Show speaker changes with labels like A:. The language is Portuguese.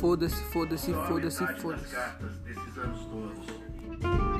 A: Foda-se, foda-se,
B: Só a
A: foda-se,
B: metade das
A: foda-se.
B: cartas desses anos todos.